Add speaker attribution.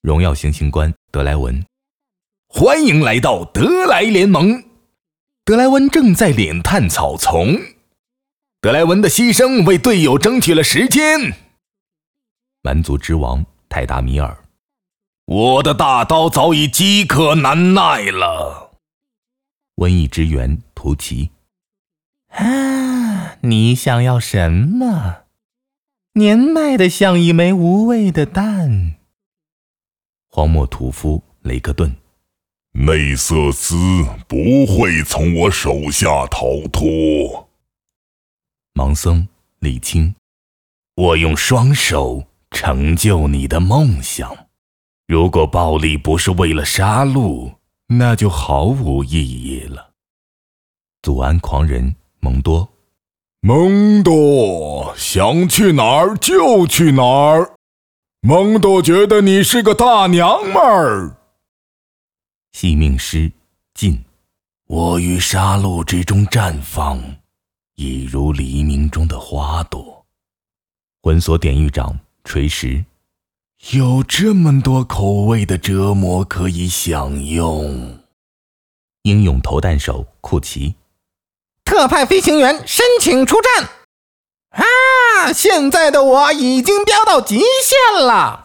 Speaker 1: 荣耀行刑官德莱文。欢迎来到德莱联盟。德莱文正在脸探草丛。德莱文的牺牲为队友争取了时间。蛮族之王泰达米尔，我的大刀早已饥渴难耐了。瘟疫之源图奇，啊，你想要什么？年迈的像一枚无味的蛋。荒漠屠夫雷克顿，
Speaker 2: 内瑟斯不会从我手下逃脱。
Speaker 1: 盲僧李青，我用双手成就你的梦想。如果暴力不是为了杀戮，那就毫无意义了。祖安狂人蒙多，
Speaker 2: 蒙多想去哪儿就去哪儿。蒙多觉得你是个大娘们儿。
Speaker 1: 戏命师尽，我于杀戮之中绽放，已如黎明中的花朵。魂所典狱长锤石，有这么多口味的折磨可以享用。英勇投弹手库奇，
Speaker 3: 特派飞行员申请出战。啊！现在的我已经飙到极限了。